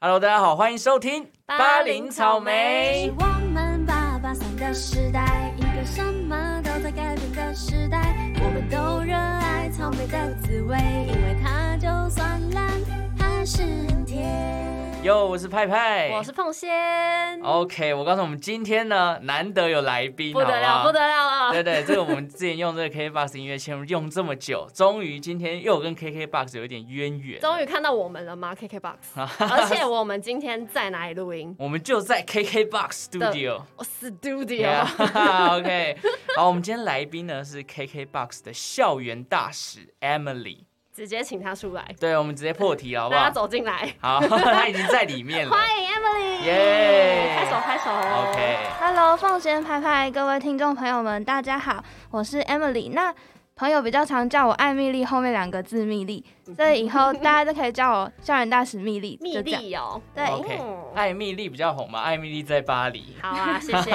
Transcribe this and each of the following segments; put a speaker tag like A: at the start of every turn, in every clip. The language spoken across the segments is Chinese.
A: Hello，大家好，欢迎收听《
B: 巴林草
C: 是
B: 莓
C: 我们八八三的时代，一个什么都在改变的时代。我们都热爱草莓的滋味，因为它就算烂，还是很甜。》。
A: 哟，我是派派，
B: 我是凤仙，
A: OK。我告诉我们今天呢，难得有来宾，
B: 不得
A: 好
B: 了，
A: 好
B: 不得了啊！
A: 对对，这个我们之前用这个 KKBOX 音乐嵌入用这么久，终于今天又跟 KKBOX 有一点渊源。
B: 终于看到我们了吗？KKBOX，而 且我们今天在哪里录音
A: 我们就在 KKBOX
B: 的
A: Studio。
B: 哦？Studio，
A: Yeah, OK，好，我们今天来宾呢是 KKBOX 的校园大使 Emily。
B: 直接请他出来，
A: 对，我们直接破题了好不
B: 大家
A: 好？
B: 走进来，
A: 好， 他已经在里面了。
B: 欢迎 Emily，
A: 耶
B: 拍手拍手
A: OK，
C: Hello，凤仙派派，各位听众朋友们，大家好，我是 Emily。那朋友比较常叫我艾蜜莉，后面两个字蜜莉，所以以后大家都可以叫我校园大使蜜莉。
B: 嗯 蜜
C: 就这样，
B: 莉哦，
C: 对
A: OK，
B: 嗯
A: 艾米丽比较红嘛，艾米丽在巴黎。
B: 好啊，谢 谢，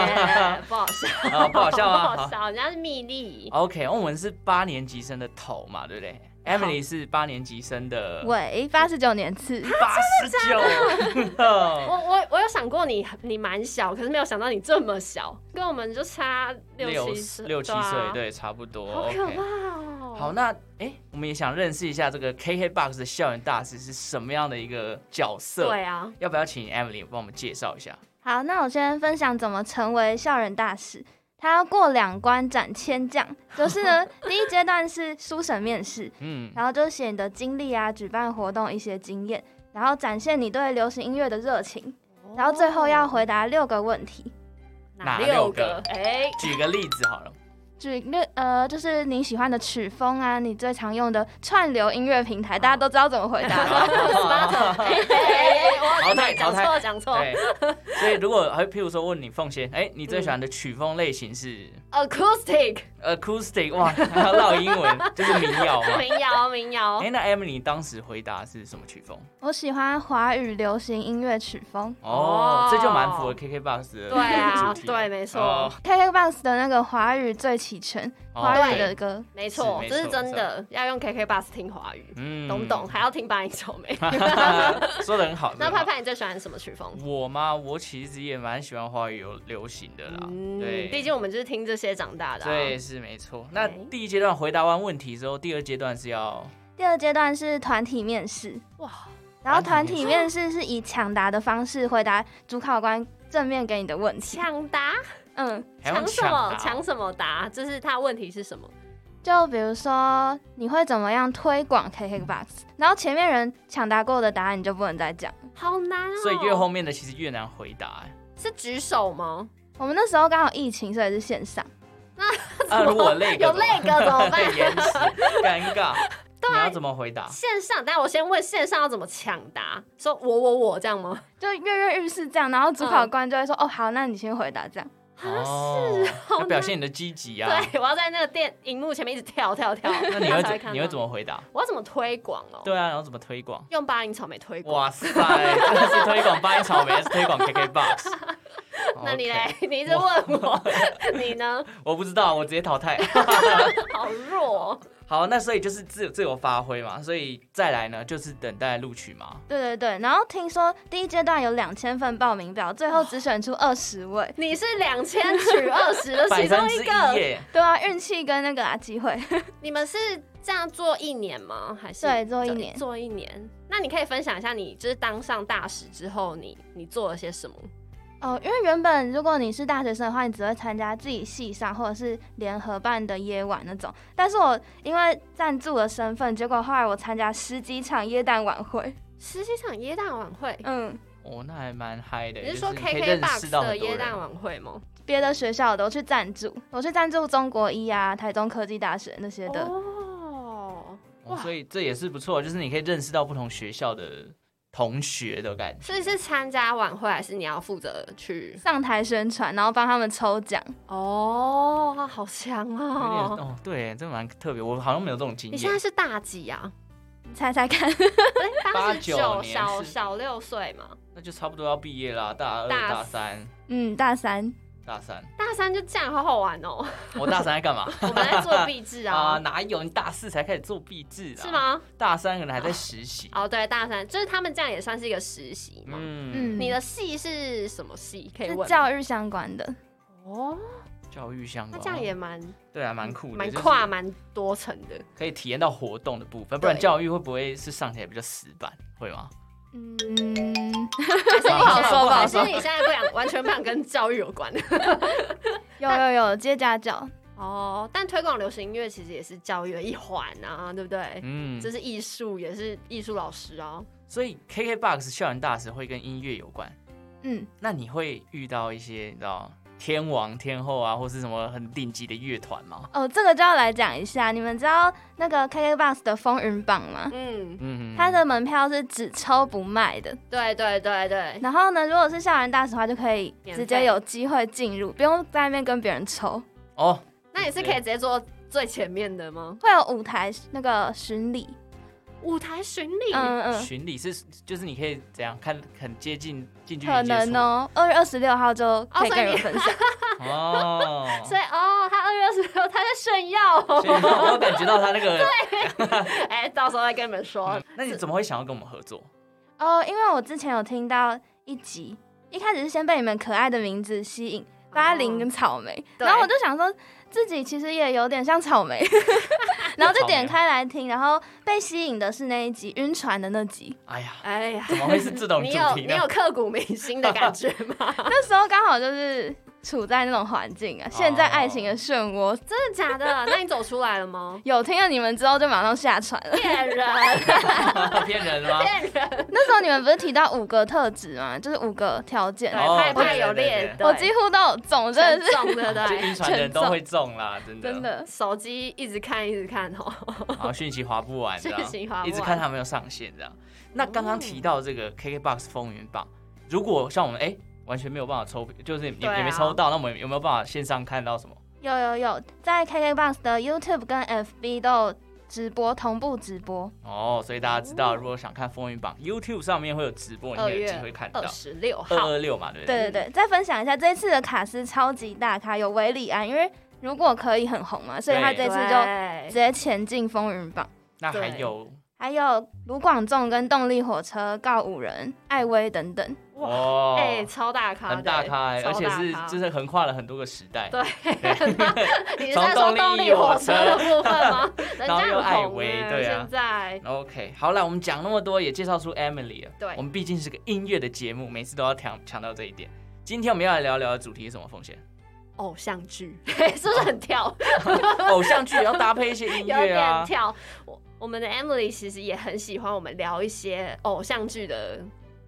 B: 不好笑，
A: 啊不好笑啊 哦
B: 不好笑，人家是蜜莉，
A: OK，我们是八年级生的头嘛，对不对？Emily 是八年级生的
C: 喂，八十九年次，
A: 八十
B: 我
A: 九，
B: 我我有想过你，你蛮小，可是没有想到你这么小，跟我们就差六七
A: 六七
B: 啊
A: 岁，对，差不多。
B: 好可
A: OK
B: 怕哦！
A: 好，那哎、诶我们也想认识一下这个 KKBOX 的校园大使是什么样的一个角色？
B: 对啊，
A: 要不要请 Emily 帮我们介绍一下？
C: 好，那我先分享怎么成为校园大使。他要过两关斩千将，就是呢，第一阶段是书审面试，
A: 嗯，
C: 然后就是写你的经历啊，举办活动一些经验，然后展现你对流行音乐的热情，然后最后要回答六个问题。
B: 哪
A: 哪
B: 六
A: 六个
B: 个？哎，
A: 举个例子好 了。
C: 举六呃，就是你喜欢的曲风啊，你最常用的串流音乐平台，大家都知道怎么回答吧。
B: 哎
A: 淘汰
B: 哎讲
A: 淘汰
B: 错讲错
A: 对，所以如果还譬如说问你凤仙，哎、你最喜欢的曲风类型是
B: ，acoustic
A: acoustic？哇，还要绕英 文，就是民谣嘛。
B: 民谣民谣
A: 哎、，那 Emily 当时回答是什么曲风？
C: 我喜欢华语流行音乐曲风
A: 哦
B: 哦，
A: 这就蛮符合 KKBOX 的
B: 对
A: 主
B: 啊
A: 题
B: 对没错
A: 哦
C: ，KKBOX 的那个华语最齐全，华语
A: 对
C: 的歌。
B: 没错，
A: 是没
B: 这是
A: 错
B: 真的，要用 KK bus 听华语，
A: 嗯
B: 懂不懂？？还要听八音草 莓。
A: 说的很好。说
B: 那
A: 得很
B: 派
A: 好
B: 派你最喜欢什么曲风？
A: 我吗？我其实也蛮喜欢华语流流行的啦。
B: 嗯
A: 对，
B: 毕竟我们就是听这些长大的啊。
A: 对是没错。那第一阶段回答完问题之后，第二阶段是要
C: 第二阶段是团体面试，
B: 哇，
C: 然后
A: 团
C: 团
A: 体
C: 体面试是以抢答的方式回答主考官正面给你的问题。
B: 抢答，
C: 嗯，
A: 还要
B: 什么？
A: 答哦
B: 抢什么答？就是他问题是什么？
C: 就比如说你会怎么样推广 KKBOX，然后前面人抢答过的答案你就不能再讲。
B: 好难哦。
A: 所以越后面的其实越难回 答。
B: 是举 手吗？
C: 我们那时候刚好疫情，所以是线上。
A: 啊，如果累
B: 有累个怎么 办？
A: 被延迟， 尴尬。
B: 啊
A: 你要怎么回答？
B: 线上，但我先问线上要怎么抢答？说我我我这样吗？
C: 就跃跃欲试这样，然后主考官就会说：“哦，好，那你先回答这样。
A: 哦，
B: 好
A: 要表
B: 难
A: 现你的积极啊。
B: 对，我要在那个电荧幕前面一直跳跳 跳，
A: 那你会
B: 他才
A: 怎
B: 看
A: 你会
B: 到哦
A: 怎？么回答？
B: 我要怎么推广哦？
A: 对啊，然后怎么推广？
B: 用八音草莓推广。
A: 哇塞，真的是推广八音草莓，还是推广 KKBOX？
B: 那你
A: OK，
B: 嘞？ 你一直问我，你呢？
A: 我不知道，我直接淘汰。
B: 好弱。哦
A: 好，那所以就是自自由发挥嘛，所以再来呢，就是等待录取嘛。”
C: 对对对，然后听说第一阶段有两千份报名表，最后只选出二十 位。
B: 你是两千取二十的
A: 百
B: 其
A: 分
B: 中
A: 之
B: 一
A: 一
B: 个。
A: 耶，
C: 对啊，运气跟那个啊机会。
B: 你们是这样做一年吗？还是
C: 对做一年
B: 做一年。那你可以分享一下，你就是当上大使之后你，你做了些什么？
C: 哦，因为原本如果你是大学生的话，你只会参加自己系上或者是联合办的夜晚那种。但是我因为赞助的身份，结果后来我参加十几场耶诞晚 会。
B: 实习场耶诞晚会，
C: 嗯，
A: 哦，那还蛮嗨的。
B: 你是
A: 就
B: 说
A: 可以认识
B: KKBOX
A: 到
B: 的
A: 很多
B: 耶
A: 人
B: 诞晚会吗？
C: 别的学校的我去赞助，我去赞助中国医啊、台中科技大学那些的。
B: 哦，
A: 哦所以这也是不错，就是你可以认识到不同学校的同学的感觉。
B: 所以是参加晚会，还是你要负责去？
C: 上台宣传，然后帮他们抽奖。
B: 哦，他好强
A: 有点
B: 哦！
A: 哦，对，这蛮特别，我好像没有这种经
B: 你现在
A: 验。
B: 是大几 啊？
C: 猜猜看，
B: 哎，八十
A: 89
B: 九，
A: 年
B: 小
A: 是
B: 小六岁嘛。
A: 那就差不多要毕业啦，大二
B: 大
A: 大三。
C: 嗯，大三
A: 大三，
B: 大三就这样，好好玩 哦。
A: 我大三在干嘛？
B: 我们在做壁纸
A: 啊，
B: 啊，
A: 哪有？你大四才开始做壁纸啊？
B: 是？吗？
A: 大三可能还在实习。
B: 哦，对，大三就是他们这样也算是一个实习嘛。
A: 嗯，
C: 嗯，
B: 你的系是什么系？可以
C: 是
B: 问吗
C: 教育相关的，
B: 哦，
A: 教育相
B: 那
A: 关，哦
B: 这样也蛮
A: 对啊，蛮酷的，
B: 蛮
A: 就是
B: 跨蛮多层的。
A: 可以体验到活动的部分，不然
C: 对
A: 教育会不会是上起来比较死板？会吗？
C: 嗯，
B: 啊
A: 不好说不好
B: 还
A: 说
B: 是你现在不想完全不想跟教育 有关？
C: 有有有接家教，
B: 哦，但推广流行音乐其实也是教育的一环啊，对不对？
A: 嗯，
B: 这是艺术，也是艺术老师哦。
A: 所以 KKBOX 校园大使会跟音乐有关，
C: 嗯，
A: 那你会遇到一些你知道天王天后啊，或是什么很顶级的乐团吗？
C: 哦，这个就要来讲一下，你们知道那个 KKBOX 的风云榜吗？
B: 嗯，
A: 嗯，
C: 它的门票是只抽不卖的，
B: 对对对对，
C: 然后呢，如果是校园大使的话，就可以直接有机会进入，不用在那边跟别人抽，
A: 哦，
B: 那也是可以直接坐最前面的吗？
C: 会有舞台那个巡礼，
B: 舞台巡礼，
C: 嗯嗯，
A: 巡礼是就是你可以怎样看很接近近距离
C: 可
A: 接触
C: 能哦，二月二十六号就可以跟你们分享，
A: 哦，
B: 所以哦，他二月二十六他在炫耀哦，
A: 所以我有感觉到他那个，
B: 哎，到时候再跟你们说
A: 嗯。那你怎么会想要跟我们合作？
C: 哦，因为我之前有听到一集，一开始是先被你们可爱的名字吸引，巴林跟草莓，
B: 对
C: 然后我就想说自己其实也有点像草莓，然后就点开来听，然后被吸引的是那一集晕船的那集，
A: 哎呀，
B: 哎呀，
A: 怎么会是这种主
B: 你有
A: 题
B: 你
A: 呢？
B: 有刻骨铭心的感觉吗？
C: 那时候刚好就是处在那种环境啊，现在爱情的漩涡，
B: 真的假的？那你走出来了吗？
C: 有听了你们之后就马上下船了。
B: 骗人，
A: 骗人吗？
B: 骗人！
C: 那时候你们不是提到五个特质吗？就是五个条件，
A: 哦
B: 对，派派有
A: 对
B: 列
A: 对对，
B: 对
C: 我几乎都有中，真
B: 啊全
C: 的是
B: 中的
A: 就
B: 对
A: 晕。船的人都会中啦，真的
C: 真。的。
B: 手机一直看，一直看哦。
A: 然后讯息划不完，这样
B: 讯息划不完哦
A: 一直看他没有上线这样。那刚刚提到这个 KKBOX 风云榜，如果像我们哎、完全没有办法抽，就是你、
B: 对啊
A: 你没抽到，那我们有没有办法线上看到什么？
C: 有有有，在 KKBox 的 YouTube 跟 FB 都有直播，同步直播。
A: 哦，所以大家知道，如果想看风云榜，YouTube 上面会有直播，你
B: 二
A: 会有
B: 月
A: 机会看到
B: 二。十六
A: 二
B: 号，
A: 二六嘛，对不
C: 对对对，再分享一下这一次的卡司超级大咖，有韦礼安，因为如果可以很红嘛，所以他这
A: 对
C: 次就直
B: 就
C: 接前进风云榜。
A: 那还
B: 对
A: 有
C: 还有卢广仲跟动力火车、告五人、艾薇等等。
B: 哇，
A: 哦，
B: 哎，超大咖的，
A: 很大咖、欸，
B: 超
A: 而且是
B: 咖
A: 就是横跨了很多个时 代。
B: 对，你是
A: 从
B: 在说
A: 动
B: 动
A: 力
B: 力火
A: 火
B: 车
A: 车
B: 的部分 吗？人
A: 然后
B: 家
A: 又艾
B: 很红
A: 薇
B: 哎
A: 对啊
B: 现在
A: OK，好了，我们讲那么多，也介绍出 Emily 了。
B: 对
A: 我们毕竟是个音乐的节目，每次都要强强调这一点。今天我们要来聊聊的主题是什么？风险？
B: 偶像剧 是不是很跳？
A: 偶像剧也要搭配一些哦音
B: 有
A: 乐
B: 点
A: 啊。
B: 跳。我我们的 Emily 其实也很喜欢我们聊一些偶像剧的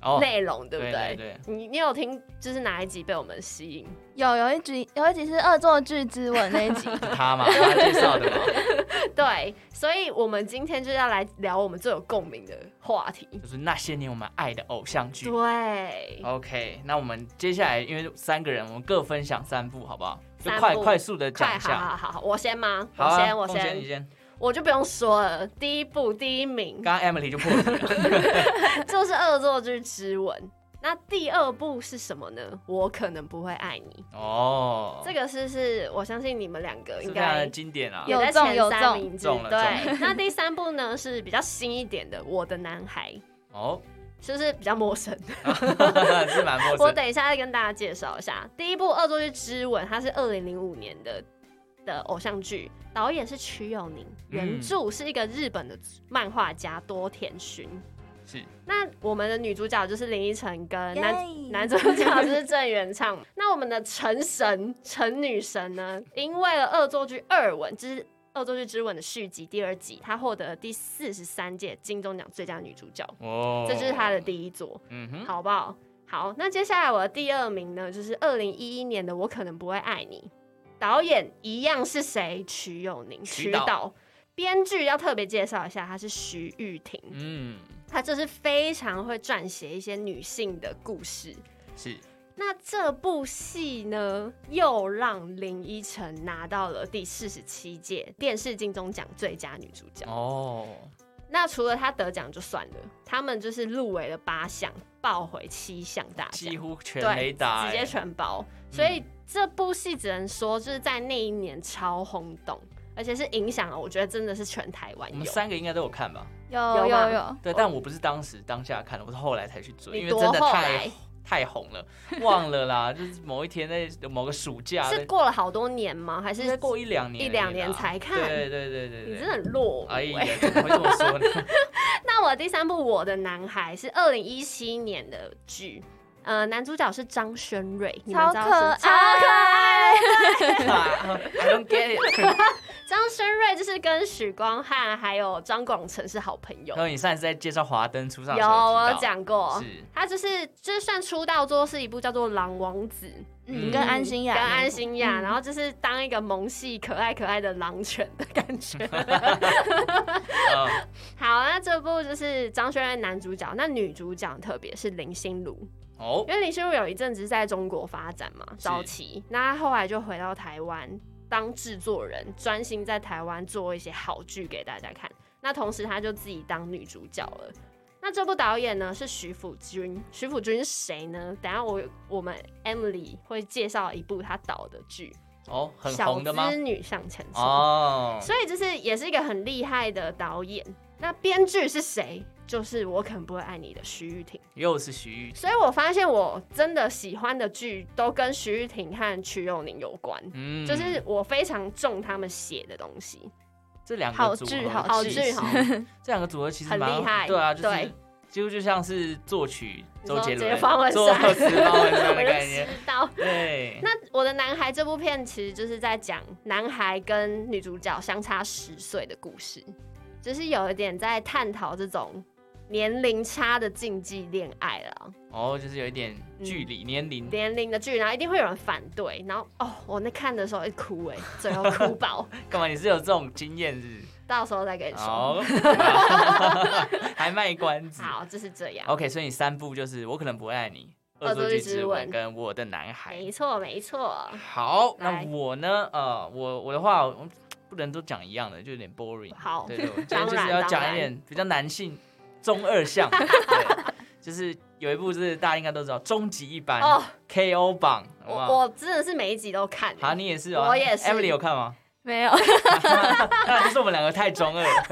A: 哦，
B: 内容，对不
A: 对对对，
B: 你你有听就是哪一集被我们吸引？
C: 有有一集有一集是《恶作剧之吻》那一集，
A: 是他嘛，他介绍的嘛，
B: 对，所以我们今天就是要来聊我们最有共鸣的话题。
A: 就是那些年我们爱的偶像剧。
B: 对，
A: OK，那我们接下来因为三个人，我们各分享三部，好不好？就
B: 三
A: 快
B: 部
A: 快速的讲
B: 快，
A: 一
B: 好
A: 下。
B: 好好好，我先吗？
A: 好啊
B: 我先，我
A: 凤仙你
B: 先，
A: 先。
B: 我就不用说了。第一部第一名
A: 刚刚 Emily 就破题了，
B: 就是《恶作剧之吻》，那第二部是什么呢？我可能不会爱你。
A: 哦，
B: 这个是是我相信你们两个
A: 是
B: 应
A: 非常
B: 该
A: 的经典啊。
C: 有
B: 在
C: 中
B: 前
C: 有
B: 三
C: 中
B: 名之
A: 中了 中
B: 对，那第三部呢是比较新一点的《我的男孩》，
A: 哦，
B: 就是比较陌生。
A: 是蛮陌
B: 我
A: 生的。
B: 等一下再跟大家介绍一下。第一部《恶作剧之吻》，它是二零零五年的的偶像剧，导演是瞿友宁，
A: 嗯
B: 原著是一个日本的漫画家多田薰。
A: 是
B: 那我们的女主角就是林依晨，跟男
C: Yay
B: 男主角就是郑元畅。 那我们的陈神陈女神呢，因为了《恶作剧二吻》就是《恶作剧之吻》的续集第二集，她获得了第四十三届金钟奖最佳女主角，
A: 哦，
B: 这就是她的。第一作。
A: 嗯哼，
B: 好不好？好，那接下来我的第二名呢，就是二零一一年的《我可能不会爱你》，导演一样是谁？瞿友宁，
A: 瞿
B: 瞿
A: 导
B: 导。编剧要特别介绍一下，他是徐玉婷，
A: 嗯，
B: 她就是非常会撰写一些女性的故事。
A: 是
B: 那这部戏呢，又让林依晨拿到了第四十七届电视金钟奖最佳女主角。
A: 哦，
B: 那除了他得奖就算了，他们就是入围了八项，抱回七项大奖
A: 几，乎全雷
B: 对，
A: 达、
B: 直接
A: 欸，
B: 全包。所以这部戏只能说就是在那一年超轰动，而且是影响了，我觉得真的是全台湾
A: 我们
B: 有。
A: 三个应该都有看吧？
B: 有
D: 有
B: 吗
D: 有有，
A: 对，但我不是当时当下看的，我是后来才去追，因为
B: 你多
A: 真的
B: 后
A: 太
B: 来
A: 太红了，忘了啦， 就是某一天在某个暑假，
B: 是过了好多年吗？还
A: 应该
B: 是
A: 过一两年而已啦，
B: 一两年才看
A: 对对对对对，
B: 你真的很落伍、
A: 哎
B: 欸？
A: 呀，怎么会这么说呢？
B: 那我的第三部《我的男孩》是二零一七年的剧，呃，男主角是张轩瑞，你们
D: 超
B: 知道
D: 可
B: 是
D: 爱，
B: 超可爱。
A: 啊 I don't get it。
B: 张轩瑞就是跟许光汉还有张广成是好朋友
A: 然，后你上一次在介绍《华灯初上》的
B: 有
A: 时候
B: 我
A: 提
B: 有
A: 到，
B: 讲过
A: 是，
B: 他就是就是算出道作是一部叫做《狼王子》。
A: 嗯
D: 嗯，跟安心雅
B: 跟
D: 那部，
B: 安心亚，
D: 嗯
B: 然后就是当一个萌系可爱可爱的狼犬的感 觉。
A: 嗯，
B: 好，那这部就是张轩然男主角，那女主角很特别是林心如，
A: 哦，
B: 因为林心如有一阵子是在中国发展嘛，
A: 是
B: 早期，那她后来就回到台湾当制作人，专心在台湾做一些好剧给大家看。那同时她就自己当女主角了。那这部导演呢是徐辅君，徐辅君是谁呢？等一下我我们 Emily 会介绍一部他导的剧，
A: 哦，很
B: 小
A: 红的吗
B: 资？女向前冲》
A: 哦，
B: 所以就是也是一个很厉害的导演。那编剧是谁？就是我可能不会爱你的徐玉婷。
A: 又是徐玉，
B: 所以我发现我真的喜欢的剧都跟徐玉婷和瞿幼宁有关，
A: 嗯，
B: 就是我非常重他们写的东 西。
A: 这两
D: 好
A: 个组
D: 剧
A: 合，
D: 好
A: 其
D: 剧
A: 实
B: 好
A: 这两个组合其实
B: 很
A: 蛮
B: 厉害
A: 对啊，就
B: 对
A: 是几乎就像是作曲
B: 你
A: 周
B: 说
A: 杰
B: 直接
A: 伦、
B: 方文
A: 作
B: 山
A: 词方文山
B: 我
A: 的
B: 就
A: 概
B: 知
A: 念，
B: 道。
A: 对，
B: 那我的男孩这部片其实就是在讲男孩跟女主角相差十岁的故事，就是有一点在探讨这种年龄差的禁忌恋爱了。
A: 哦，就是有一点距
B: 嗯
A: 离、年龄，
B: 年龄的剧，然后一定会有人反对，然后哦，我那看的时候一哭 哎、最后哭爆，
A: 干嘛？你是有这种经验是
B: 到时候再跟你
A: 不是？
B: 说。
A: 哦，还卖关子。
B: 好，就是这样，
A: OK，所以你三部就是《我可能不爱你》《
B: 恶
A: 恶作
B: 作
A: 剧
B: 剧
A: 之
B: 之
A: 吻
B: 吻》
A: 跟《我的男孩
B: 没》。错没错。
A: 好，那
B: 来
A: 我呢？呃，我我的话，我不能都讲一样的，就有点 boring。
B: 好
A: 对对，我今
B: 当
A: 天就是
B: 然
A: 要
B: 当
A: 讲一
B: 然
A: 点比较男性中二 项。对，就是有一部是大家应该都知道，《终极一班》
B: 哦，
A: KO 榜，好不
B: 我
A: 好？
B: 我真的是每一集都看、欸
A: 好，你也是哦。
B: 我也是
A: Emily 有看吗？
D: 没 有，
A: 那啊就是我们两个太中二了。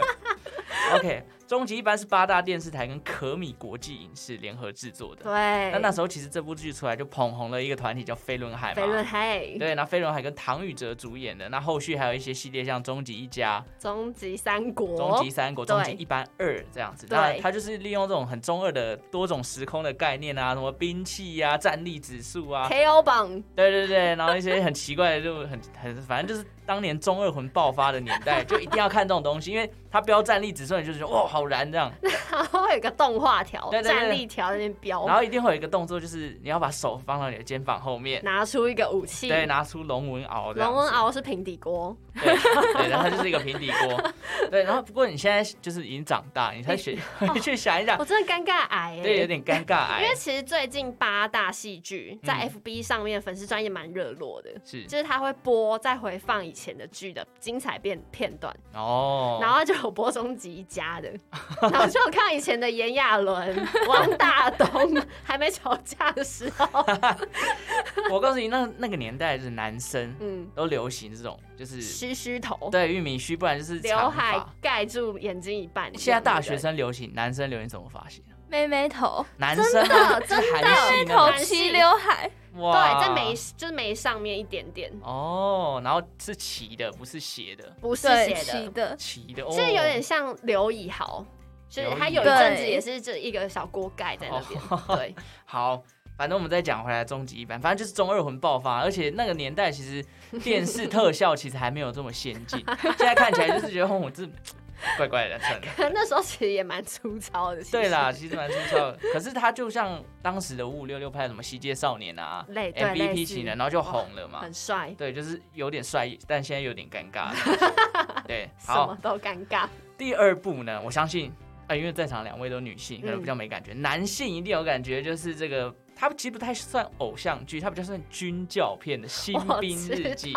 A: OK，终极一般是八大电视台跟可米国际影视联合制作的。那
B: 对，
A: 那时候其实这部剧出来就捧红了一个团体叫飞轮海嘛。
B: 肥伦嘿，
A: 对，那飞轮海跟唐禹哲主演的。那后续还有一些系列，像《终极一家》
B: 终极三
A: 《
B: 国，
A: 终极三国》《
B: 哦对
A: 终极一班二》这样子。
B: 对
A: 那它就是利用这种很中二的多种时空的概念啊，什么兵器啊、战力指数啊，
B: KO 榜，
A: 对对对，然后一些很奇怪的，就很很，反正就是当年中二魂爆发的年代，就一定要看这种东西，因为它标战力指数，你就觉得哇好燃这样，
B: 然后会有个动画条、
A: 对对对
B: 站立条在那边标，
A: 然后一定会有一个动作，就是你要把手放到你的肩膀后面，
B: 拿出一个武器，
A: 对，拿出龙纹鳌这样
B: 龙
A: 子，
B: 纹鳌是平底锅，
A: 对，对，然后它就是一个平底锅，对，然后不过你现在就是已经长大，你才学回去想一想
B: 我，真的尴尬癌、欸，
A: 啊对，有点尴尬哎
B: 因
A: 癌
B: 为，其实最近八大戏剧在
A: 嗯
B: FB 上面粉丝专业蛮热络的，
A: 是
B: 就是他会播再回放以前的剧的精彩片片段，
A: 哦，
B: 然后他就有播终极一家的，然后就有看以前的炎 亚纶、王大东 还没吵架的时 候，
A: 我告诉你，那那个年代就是男生
B: 嗯，
A: 都流行这种，就是
B: 须须头，
A: 对玉米须，不然就是
B: 刘
A: 长
B: 海
A: 发
B: 盖住眼睛一半。
A: 现在大学
B: 对
A: 生流行，男生流行什么发型啊？
D: 妹妹头，
A: 男生吗
B: 真的
A: 是
B: 真的
A: 韩系
D: 妹
A: 那
D: 头
A: 种
B: 男性
D: 齐刘海，
B: 不对，对在眉
A: 美
B: 就是眉上面一点点，
A: 哦，然后是齐的，不是斜的，
B: 不是
D: 对，
B: 写
D: 齐
B: 的，
D: 的，
A: 齐的，哦，
B: 其实有点像刘以豪。就是他有一
D: 刘以豪
B: 阵子也是这一个小锅盖在那边，
A: 哦
B: 对，
A: 好。反正我们再讲回来，终极一班，反正就是中二魂爆发，而且那个年代其实 电视特效其实还没有这么先进，现在看起来就是觉得，哦，我这怪怪的，真的。
B: 可能那时候其实也蛮粗糙的。其实
A: 对，啦，其实蛮粗糙的，可是它就像当时的五五六六拍什么《西街少年》啊
B: 类对类
A: ，MVP
B: 似哦
A: 型的，然后就红了嘛。
B: 很帅，
A: 对，就是有点帅，但现在有点尴尬。 对，
B: 什
A: 好
B: 么，都尴尬。
A: 第二部呢，我呃相信啊、因为在场两位都女性，可能
B: 嗯
A: 比较没感觉，男性一定有感觉，就是这个《它其实不太算偶像剧，它比较算军教片的《新
B: 我
A: 兵日记》。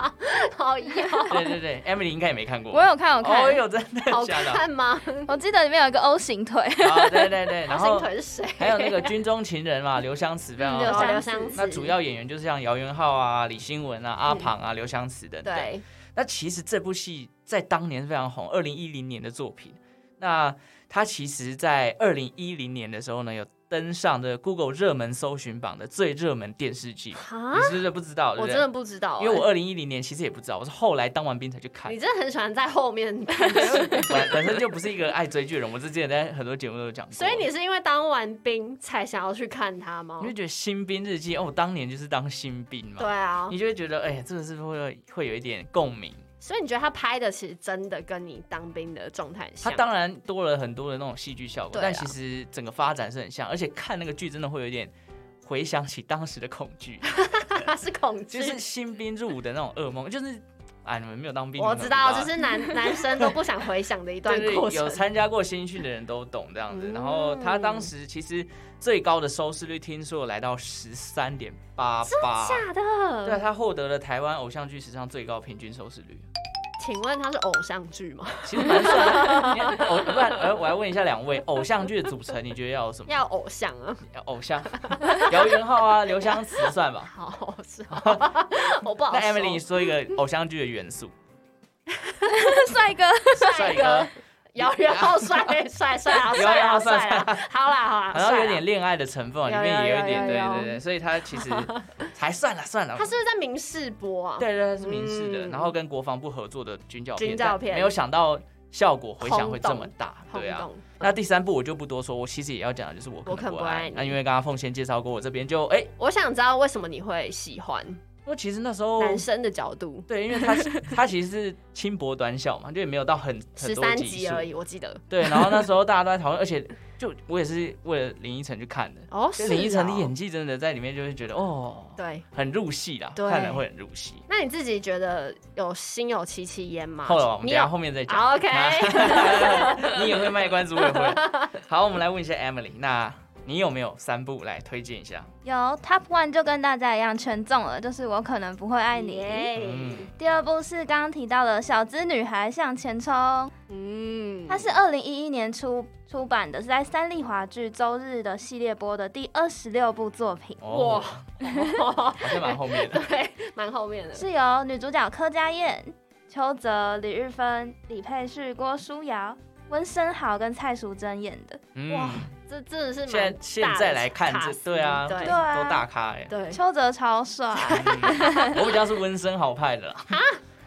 B: 讨厌，
A: 对对对，Emily 应该也没看过。
C: 我有看，我看，
A: 哦，我有真 的
B: 好
A: 吓到。
B: 看吗？
C: 我记得里面有一个 O 型腿，
A: 啊，对对 对，然
B: 心
A: 后
B: 腿是谁？
A: 还有那 个军中情人嘛，刘湘慈非常
C: 嗯刘
A: 好
C: 湘
A: 看。
B: 刘
C: 慈
B: 湘慈，嗯
A: 那主要演员就是像姚元浩啊、李新文啊、阿庞啊、刘湘慈等等。
B: 对
A: 那其实这部戏在当年是非常红，二零一零年的作品。那它其实，在二零一零年的时候呢，有登上这个 Google 热门搜寻榜的最热门电视剧。
B: 啊
A: 你，是不是不知道？对不
B: 我真
A: 对？
B: 的不知道欸，
A: 因为我二零一零年其实也不知道，我是后来当完兵才去看
B: 你。真的很喜欢在后面看
A: 本本身就不是一个爱追剧的人，我之前在很多节目都有讲过。
B: 所以你是因为当完兵才想要去看他吗
A: 你？就觉得新兵日记哦，当年就是当新兵嘛，
B: 对啊，
A: 你就会觉得哎、呀，真的是会会有一点共鸣。
B: 所以你觉得他拍的其实真的跟你当兵的状态很
A: 它
B: 像？
A: 当然多了很多的那种戏剧效果，
B: 对啊
A: 但其实整个发展是很像，而且看那个剧真的会有一点回想起当时的恐 惧，
B: 他 是恐惧，
A: 就是新兵入伍的那种噩梦，就是啊，你们没有当兵，
B: 我
A: 你们
B: 知
A: 不
B: 道，就是男男生都不想回想的一段
A: 对 对
B: 过
A: 对，
B: 程
A: 有。参加过新训的人都懂这样子。
B: 嗯
A: 然后他当时其实最高的收视率听说来到十三点八八，
B: 假
A: 对啊，
B: 的？
A: 他获得了台湾偶像剧史上最高平均收视率。
B: 请问他是偶像剧吗？
A: 其实蛮帅的。你看偶不然，呃我来问一下两位，偶像剧的组成，你觉得要有什么？
B: 要偶像啊？
A: 偶像， 姚元浩啊，刘湘慈算吧。
B: 好是 好，我不好
A: 那
B: 说。
A: Emily 你说一个偶像剧的元 素，
C: 帅哥，
A: 帅哥，
B: 姚元浩帅帅帅啊
A: 姚
B: 帅
A: 元
B: 啊
A: 浩帅
B: 帅啊！好啦好啦，
A: 然后
B: 帅啊
A: 有
B: 啦
A: 点恋爱的成分，里
B: 有
A: 面也
B: 有
A: 有一点，
B: 有
A: 对
B: 有
A: 对对，所以他 其实还算了算了
B: 他。是不是在明世播啊？
A: 对对，对是明示的，
B: 嗯
A: 然后跟国防部合作的军教片，
B: 军教片
A: 但没有想到效果回响会这么大，
B: 轰
A: 对啊。
B: 动，
A: 那第三部我就不多说，我其实也要讲的就是我可
B: 我可
A: 能
B: 能
A: 不
B: 不
A: 爱
B: 爱
A: 你
B: 你
A: 那因为刚刚凤仙介绍过，我这边就哎，
B: 我想知道为什么你会喜欢
A: 因为其实那时候
B: 男生的角度，
A: 对，因为他他其实是轻薄短小嘛，就也没有到很很
B: 十
A: 多
B: 三
A: 集
B: 集
A: 数
B: 而已，我记得。
A: 对，然后那时候大家都在讨论，而且就我也是为了林依晨去 看的。
B: 哦，
A: 就是林依晨的
B: 哦
A: 演技真的在里面就会觉得哦，
B: 对。
A: 很入戏啦，
B: 对
A: 看了会很入戏。
B: 那你自己觉得有心有戚戚焉吗？
A: 后来我们等
B: 你
A: 一下
B: 有
A: 后面再讲。
B: 好 OK，
A: 你也会卖关子，我也会。 好，我们来问一下 Emily，那你有没有三部来推荐一下？
C: 有 Top One 就跟大家一样全中了，就是我可能不会爱你。
B: 耶
A: 嗯，
C: 第二部是刚刚提到的《小资女孩向前冲》，
B: 嗯，
C: 它是二零一一年出出版的，是在三立华剧周日的系列播的第二十六部作品，
A: 哦
B: 哇，
A: 好像蛮后面 的。
B: 对，蛮后面的。
C: 是由女主角柯佳燕、邱泽、李玉芬、李佩旭、郭书瑶、温升豪跟蔡淑珍演的。
A: 嗯，
B: 哇这真的是蛮
A: 现在现
B: 大的
A: 在来看
B: 卡
A: 这，
B: 司
A: 对啊，
B: 对
A: 都
C: 对啊
A: 大咖哎。
B: 对，
C: 邱泽超 帅，
A: 嗯我比较是温升豪派的啦。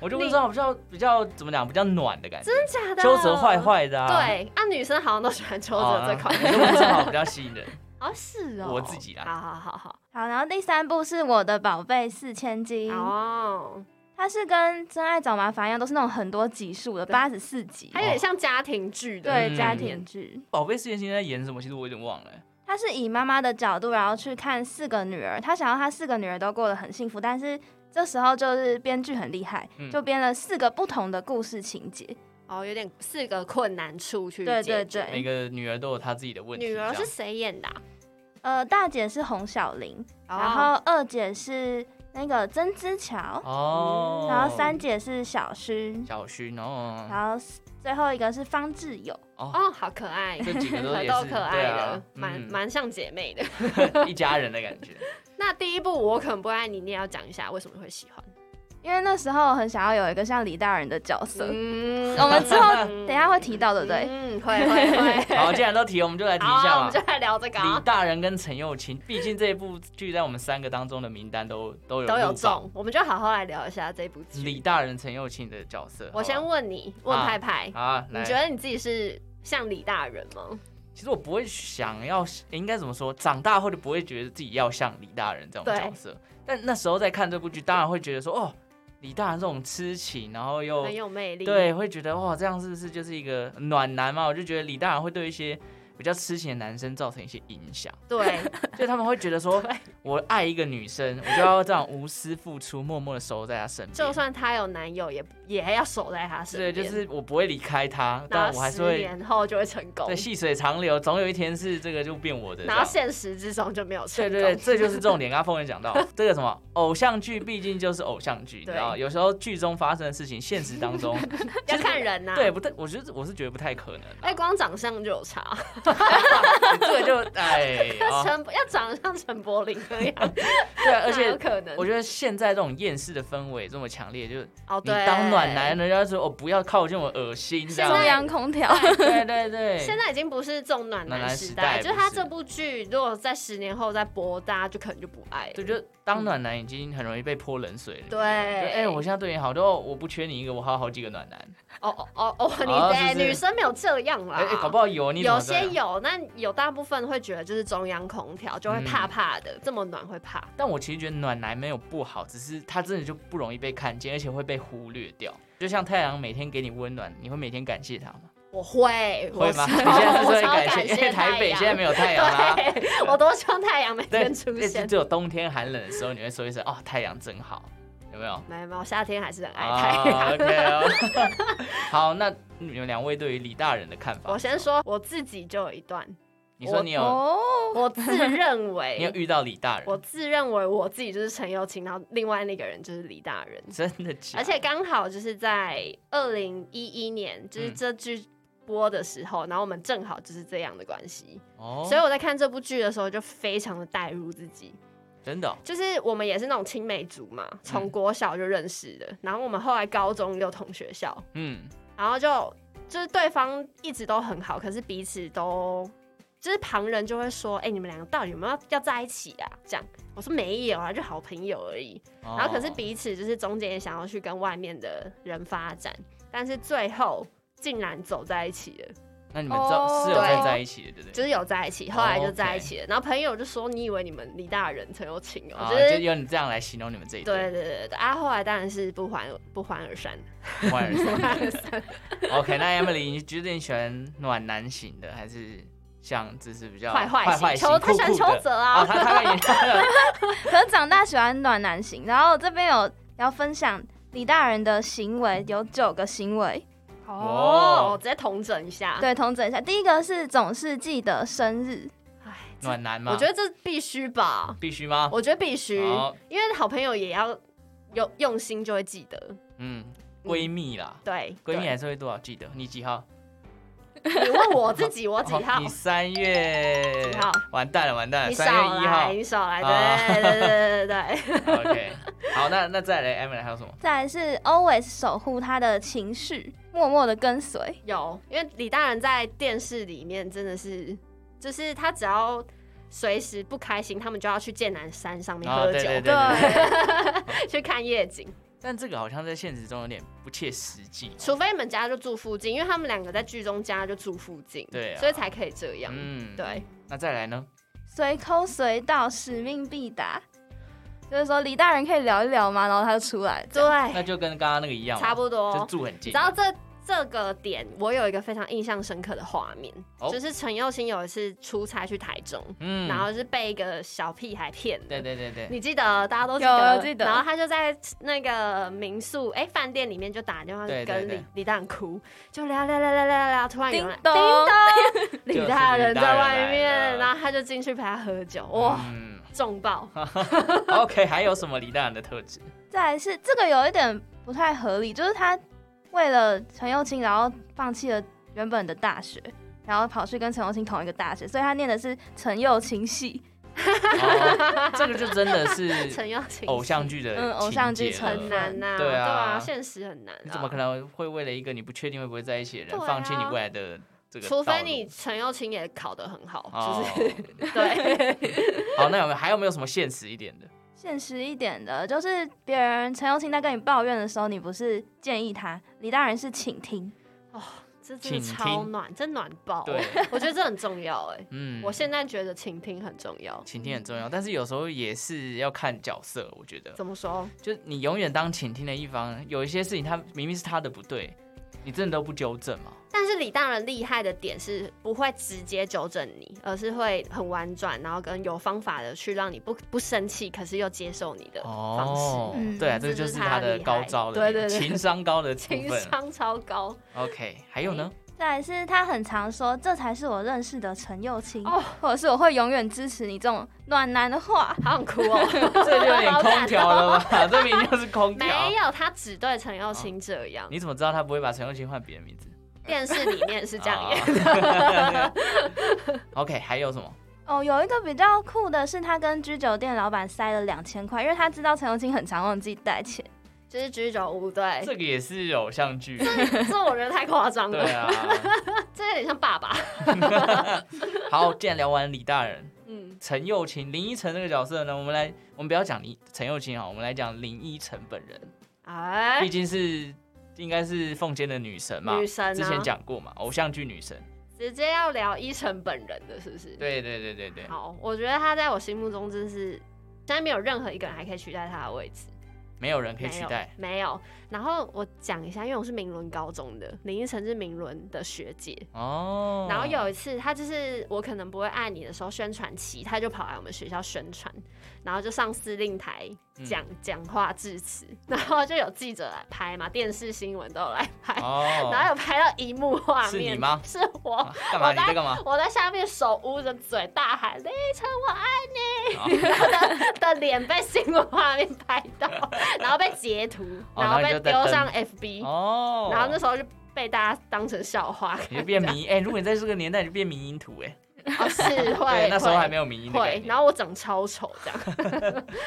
A: 我觉得温升豪比较比较怎么讲，比较暖的感觉。
B: 真假的？
A: 邱泽坏。坏的啊。。
B: 对，啊，女生好像都喜欢邱
A: 哦
B: 泽这款。
A: 啊我觉得温升豪比较吸 引人。
B: 哦，是哦，
A: 我自己啦
B: 好好好好。
C: 好，然后第三部是我的宝贝四千金，
B: 哦，
C: 它是跟《真爱找麻烦》一样，都是那种很多集数的
B: 对
C: 八十四集，
B: 还有点像家庭剧的。
C: 对
A: 嗯
C: 家庭剧。
A: 宝贝四千金在演什么？其实我有点忘了欸。
C: 他是以妈妈的角度，然后去看四个女儿，他想要他四个女儿都过得很幸福，但是这时候就是编剧很厉害
A: 嗯，
C: 就编了四个不同的故事情节。
B: 哦，有点四个困难处去
C: 对
B: 解
C: 对
B: 决。
A: 每
C: 对，
A: 个女儿都有她自己的问题。
B: 哎女儿
A: 这
B: 是
A: 样
B: 谁演的啊？
C: 呃，大姐是洪小玲，然
B: 哦
C: 后二姐是那个曾之乔，
A: 哦，
C: 然后三姐是小薰，
A: 小薰哦，
C: 然后四最后一个是方志友。
B: 哦，好可爱，
A: 这几个 都也
B: 都
A: 是
B: 可爱
A: 对
B: 的
A: 啊，
B: 蛮
A: 嗯
B: 蛮像姐妹的。
A: 一家人的 感觉。
B: 那第一部我可能不爱你，你也要讲一下为什么会喜欢。
C: 因为那时候很想要有一个像李大人的角色，
B: 嗯
C: 我们之后等一下会提到，对不对？
B: 嗯，会 会会。
A: 好，既然都提，我们就来提一
B: 好，我
A: 下
B: 们就
A: 嘛。
B: 来聊这个
A: 李
B: 啊，
A: 大人跟陈幼卿，毕竟这部剧在我们三个当中的名单都都有
B: 都
A: 入
B: 有
A: 榜
B: 中，我们就好好来聊一下这部
A: 李
B: 剧。
A: 大人陈幼卿的角色。
B: 我先
A: 好
B: 问你，问
A: 啊
B: 派派
A: 不，好啊，
B: 你
A: 来
B: 觉。得你自己是像李大人吗？
A: 其实我不会想要，应该怎么说？长大后就不会觉得自己要像李大人这种
B: 对
A: 角色。但那时候在看这部剧，当然会觉得说，哦，李大人这种痴情，然后又
B: 很有魅
A: 哦
B: 力，，
A: 对，会觉得哇，这样是不是就是一个暖男嘛？我就觉得李 大人会对一些比较痴情的男生造成一些影响，
B: 对，
A: 就他们会觉得说，我爱一个女生，我就要这样无私付出，默默的守在她身边。
B: 就算她有男友，也也还要守在她身
A: 对，
B: 边。
A: 就是我不会离开她，但
B: 然
A: 我
B: 后
A: 还
B: 十
A: 是会
B: 年后就会成功
A: 对，细水长流，总有一天是这个就变我的。
B: 然后
A: 这样
B: 现实之中就没有成
A: 对
B: 功。
A: 对对，这就是重点。刚刚凤姐讲 到这个什么偶像剧，毕竟就是偶像剧，你知道，
B: 对
A: 有时候剧中发生的事情，现实当 中
B: 要看人呐、
A: 对，不太，我觉得我是觉得不太可能啊。
B: 哎，光长相就有差，
A: 你 这个就 哎，哦
B: 陈、要长得像陈柏霖那样，
A: 对啊，而
B: 哪有
A: 且
B: 可能
A: 我觉得现在这种厌世的氛围这么强烈，就是
B: 哦，
A: 你
B: 对，
A: 当暖男，。人家说哦不要靠近我，恶心这
C: 中
A: 样。
C: 央空调，
A: 对对对，
B: 现在已经不是这种暖
A: 暖男
B: 时
A: 时代
B: 就是
A: 不
B: 他
A: 是
B: 这部剧如果在十年后再播，大家就可能就不爱了。
A: 对，就当暖男已经很容易被泼冷水了。
B: 对，
A: 就哎、我现在对你好，都我不缺你一个，我还有好几个暖男。
B: 哦哦哦哦，你
A: 啊
B: 哎、
A: 就是
B: 女生没有这样啦，
A: 哎、哎搞不好有你怎
B: 有
A: 么知道
B: 些，有，那有大部分会觉得就是中央空调就会怕怕的，这么暖会怕。
A: 但我其实觉得暖男没有不好，只是他真的就不容易被看见，而且会被忽略掉。就像太阳每天给你温暖，你会每天感谢他吗？
B: 我会，
A: 会吗？
B: 我
A: 你
B: 超
A: 现在是
B: 我
A: 会
B: 超
A: 感
B: 感
A: 谢，因为台北现在没有太
B: 太
A: 阳
B: 阳
A: 啦、
B: 对，我多希望太阳每
A: 对，
B: 天出
A: 对
B: 现。
A: 只有冬天寒冷的时候，你会说一声“哦，太阳真好”，有没有？
B: 没有没有，夏天还是很爱
A: 啊
B: 太阳。
A: OK 哦。 好，那你们两位对于李大人的看法
B: 我？先说我自己就有一段，
A: 你说你有
C: 哦，
B: 我自认
A: 你有
B: 为，
A: 遇到李大
B: 我
A: 人？
B: 自认为我自己就是陈友清，然后另外那个人就是李大人，
A: 真的假的？
B: 而且刚好就是在二零一一年，就是
A: 嗯
B: 这剧播的时候，然后我们正好就是这样的关系，
A: 哦，
B: 所以我在看这部剧的时候就非常的带入自己，
A: 真的哦、
B: 就是我们也是那种青梅竹嘛，
A: 嗯
B: 从国小就认识的，然后我们后来高中又同学校，
A: 嗯，
B: 然后就就是对方一直都很好，可是彼此都就是旁人就会说，哎、你们两个到底有没有要在一起啊？这样我说没有啊，就好朋友而已。然后可是
A: 哦
B: 彼此就是中间也想要去跟外面的人发展，但是最后竟然走在一起了，
A: 那你们知道、
C: 哦
A: 是有在
B: 对
A: 在一起的，对不对？
B: 就是有在一
A: 哦
B: 起，后来就在一起了。然后朋友就说，你以为你们李大人陈有情哦、
A: 啊，
B: 就是
A: 就。用你这样来形容你们这一
B: 对
A: 对，
B: 对对对，啊，后来当然是不欢不欢 而散，
A: 不欢而
B: 不
A: 散。
B: 欢而散。
A: OK，那 Emily，你觉得你喜欢暖男型的，还是像就是比较
B: 坏
A: 坏
B: 坏型，
A: 型、酷
B: 邱他喜欢
A: 酷
B: 邱
A: 的？
B: 泽
A: 哦，
B: 啊，
A: 他他演
C: 可是长大喜欢暖男型，然后这边有要分享李大人的行为，有九个行为。
B: 哦，
A: 哦，
B: 直接统整一下。，
C: 对，统整一下，第一个是总是记得生日，
B: 哎，
A: 暖男吗？
B: 我觉得这必须吧，
A: 必须吗？
B: 我觉得必须
A: 啊好，
B: 因为好朋友也要有用心就会记得。
A: 嗯，闺蜜啦，
B: 对，
A: 闺蜜
B: 对，
A: 还是会多少记得。你几号？
B: 你问我自己，我几
A: 哦
B: 号
A: 你？三月
B: 几号？
A: 完蛋了，完蛋了，
B: 你
A: 三
B: 少
A: 月一号
B: 来，。 你少来，
A: 啊
B: 对对对对对对，
A: OK，好，那那再来，Emily 还有什么？
C: 再来是 always 守护他的情绪，默默的跟随。
B: 有，因为李大人在电视里面真的是，就是他只要随时不开心，他们就要去剑南山上面
A: 哦
B: 喝
A: 对对
B: 酒，
A: 对对对。
B: 去看夜景。
A: 但这个好像在现实中有点不切实际。
B: 除非你们家就住附近，因为他们两个在剧中家就住附近，
A: 对啊
B: 所以才可以这样。
A: 嗯，
B: 对，
A: 那再来呢？
C: 随抠随到，使命必达。就是说李大人可以聊一聊吗？然后他就出来。这样
A: 那
B: 对，
A: 就跟刚刚那个一样嘛，
B: 差
A: 就
B: 不多。
A: 住啊很近。
B: 然后这这个点，我有一个非常印象深刻的画面，
A: 哦
B: 就是陈佑兴有一次出差去台中，
A: 嗯
B: 然后是被一个小屁孩骗的。
A: 对对对对，
B: 你记得，大家都记
C: 有
B: 得，
C: 有记得
B: 然后他就在那个民宿，哎，饭店里面就打电话
A: 对对
B: 跟
A: 对
B: 李李大人哭，就聊聊聊聊聊聊，突然有人
C: 叮咚
B: 叮咚
A: 就是
B: 李大人
A: 李
B: 在外
A: 大人来
B: 面，
A: 了
B: 然后他就进去陪他喝酒，哇，
A: 嗯
B: 重爆！
A: ，OK，还 有什么李大人的特 质？
C: 再来是这个有一点不太合理，就是他为了陈幼卿，然后放弃了原本的大学，然后跑去跟陈幼卿同一个大学，所以他念的是陈幼卿系。
A: 哦这个就真的是
B: 陈耀琴
A: 偶像剧的
C: 嗯偶像剧
A: 情节了
C: 成
B: 很难呐、
A: 对啊
B: 现实很难、啊。
A: 你怎么可能会为了一个你不确定会不会在一起的人，
B: 对啊
A: 放弃你未来的这个道
B: 除
A: 路？
B: 非你陈又青也考得很好，
A: 哦
B: 就是 对，
A: 好，那有没有还有没有什么现实一点的？
C: 现实一点的，就是别人陈幼卿在跟你抱怨的时候，你不是建议他，李大人是倾听。
B: 这真的
A: 请
B: 超
A: 听
B: 暖，真暖爆。
A: 对，
B: 我觉得这很重要哎、
A: 嗯，
B: 哦我现在觉得倾听很重要。
A: 倾听很重要，但是有时候也是要看角色。我觉得，
B: 怎么说？
A: 就是你永远当倾听的一方，有一些事情他明明是他的不对，你真的都不纠正嘛？
B: 但是李大人厉害的点是不会直接纠正你，而是会很婉转，然后跟有方法的去让你不不生气，可是又接受你的方式。
A: 哦
C: 嗯，
A: 对啊，这个
B: 这
A: 就是是
B: 他
A: 他的
B: 厉害
A: 高招了，
B: 对对对
A: 情商高的部
B: 情
A: 分。
B: 商超高
A: OK，还有呢？
C: 再来是他很常说，这才是我认识的陈幼卿，
B: 哦
C: 或者是我会永远支持你这种暖男的话。
B: 好想哭哦。
A: 这就有点
B: 好感
A: 空调了吧？ 这明明就是空调。哦
B: 没有，他只对陈幼卿这样。
A: 你怎么知道他不会把陈幼卿换别的名字？
B: 电视里面是 这样演，
A: 啊 OK，还有什么？
C: 哦，有一个比较酷的是，他跟居酒店老板塞了两千块，因为他知道陈幼卿很常忘记带钱。
B: 就是居酒屋对。
A: 这个也是偶像剧，
B: 这我觉得太夸张
A: 对
B: 了，
A: 啊。
B: 这有点像爸爸。
A: 好，既然聊完李大人、
B: 嗯，
A: 陈幼卿、林依晨这个角色呢，我们来，我们不要讲林陈幼卿啊，我们来讲林依晨本人，
B: 哎
A: 毕，竟是应该是凤仙的女神嘛，
B: 女神啊
A: 之前讲过嘛，偶像剧女神。
B: 直接要聊依晨本人的是不是？。
A: 对对对对对，
B: 好，我觉得他在我心目中真是，现在没有任何一个人还可以取代他的位置，
A: 没有人可以取代。
B: 没有。没有然后我讲一下，因为我是明伦高中的，林依晨是明伦的学姐。
A: 哦。
B: 然后有一次，他就是我可能不会爱你的时候宣传期，他就跑来我们学校宣传，然后就上司令台
A: 嗯
B: 讲讲、话致辞，然后就有记者来拍嘛，电视新闻都有来拍，
A: 哦，
B: 然后有拍到一幕画面，
A: 是你吗
B: 是我。
A: 啊干嘛？
B: 我
A: 你在干嘛？
B: 我在下面手捂着嘴大喊“李晨，我爱
A: 啊
B: 你”，然后的的脸被新闻画面拍 到，然后被截图，
A: 哦
B: 然后
A: 然后
B: 被
A: 你就在
B: 丢上
A: 登
B: FB，、
A: 哦，
B: 然后那时候就被大家当成笑话看，
A: 你就变迷哎、如果你在这个年代，你就变迷音图哎、
B: 哦，是会，
A: 对，那时候还没
B: 有
A: 有迷音的概
B: 会，
A: 念。
B: 然后我长超丑 这样，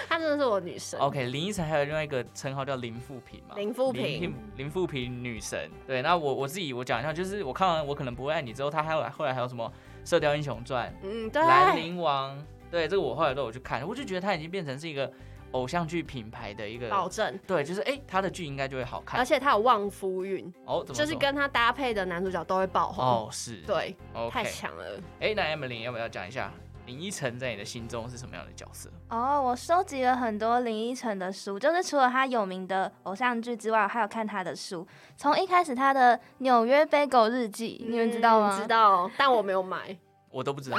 B: 她真的是我女神。
A: OK，林依晨还有另外一个称号叫林富平嘛？
B: 林富平
A: 林平，林富平女神。对，那我我自己我讲一下，就是我看完《我可能不会爱你》之后，他还有后来还有什么《射雕英雄传》
B: 嗯，
A: 《兰
B: 对，
A: 陵王》，对，这个我后来都有去看，我就觉得他已经变成是一个偶像剧品牌的一个，
B: 保证，
A: 对，就是哎、他的剧应该就会好
B: 而
A: 看。
B: 且她有旺夫运，
A: 哦，怎么
B: 就是
A: 说
B: 跟她搭配的男主角都会爆红，
A: 哦是
B: 对，
A: OK
B: 太。强了。
A: 哎、那 Emily 要不要讲一下林依晨在你的心中是什么样的角色？
C: 哦，我收集了很多林依晨的书，就是除了他有名的偶像剧之外，我还有看他的书。从一开始他的《纽约 Bagel 日记》，你们知道吗？
B: 嗯知。道，但我没有买。
A: 我都不知 道。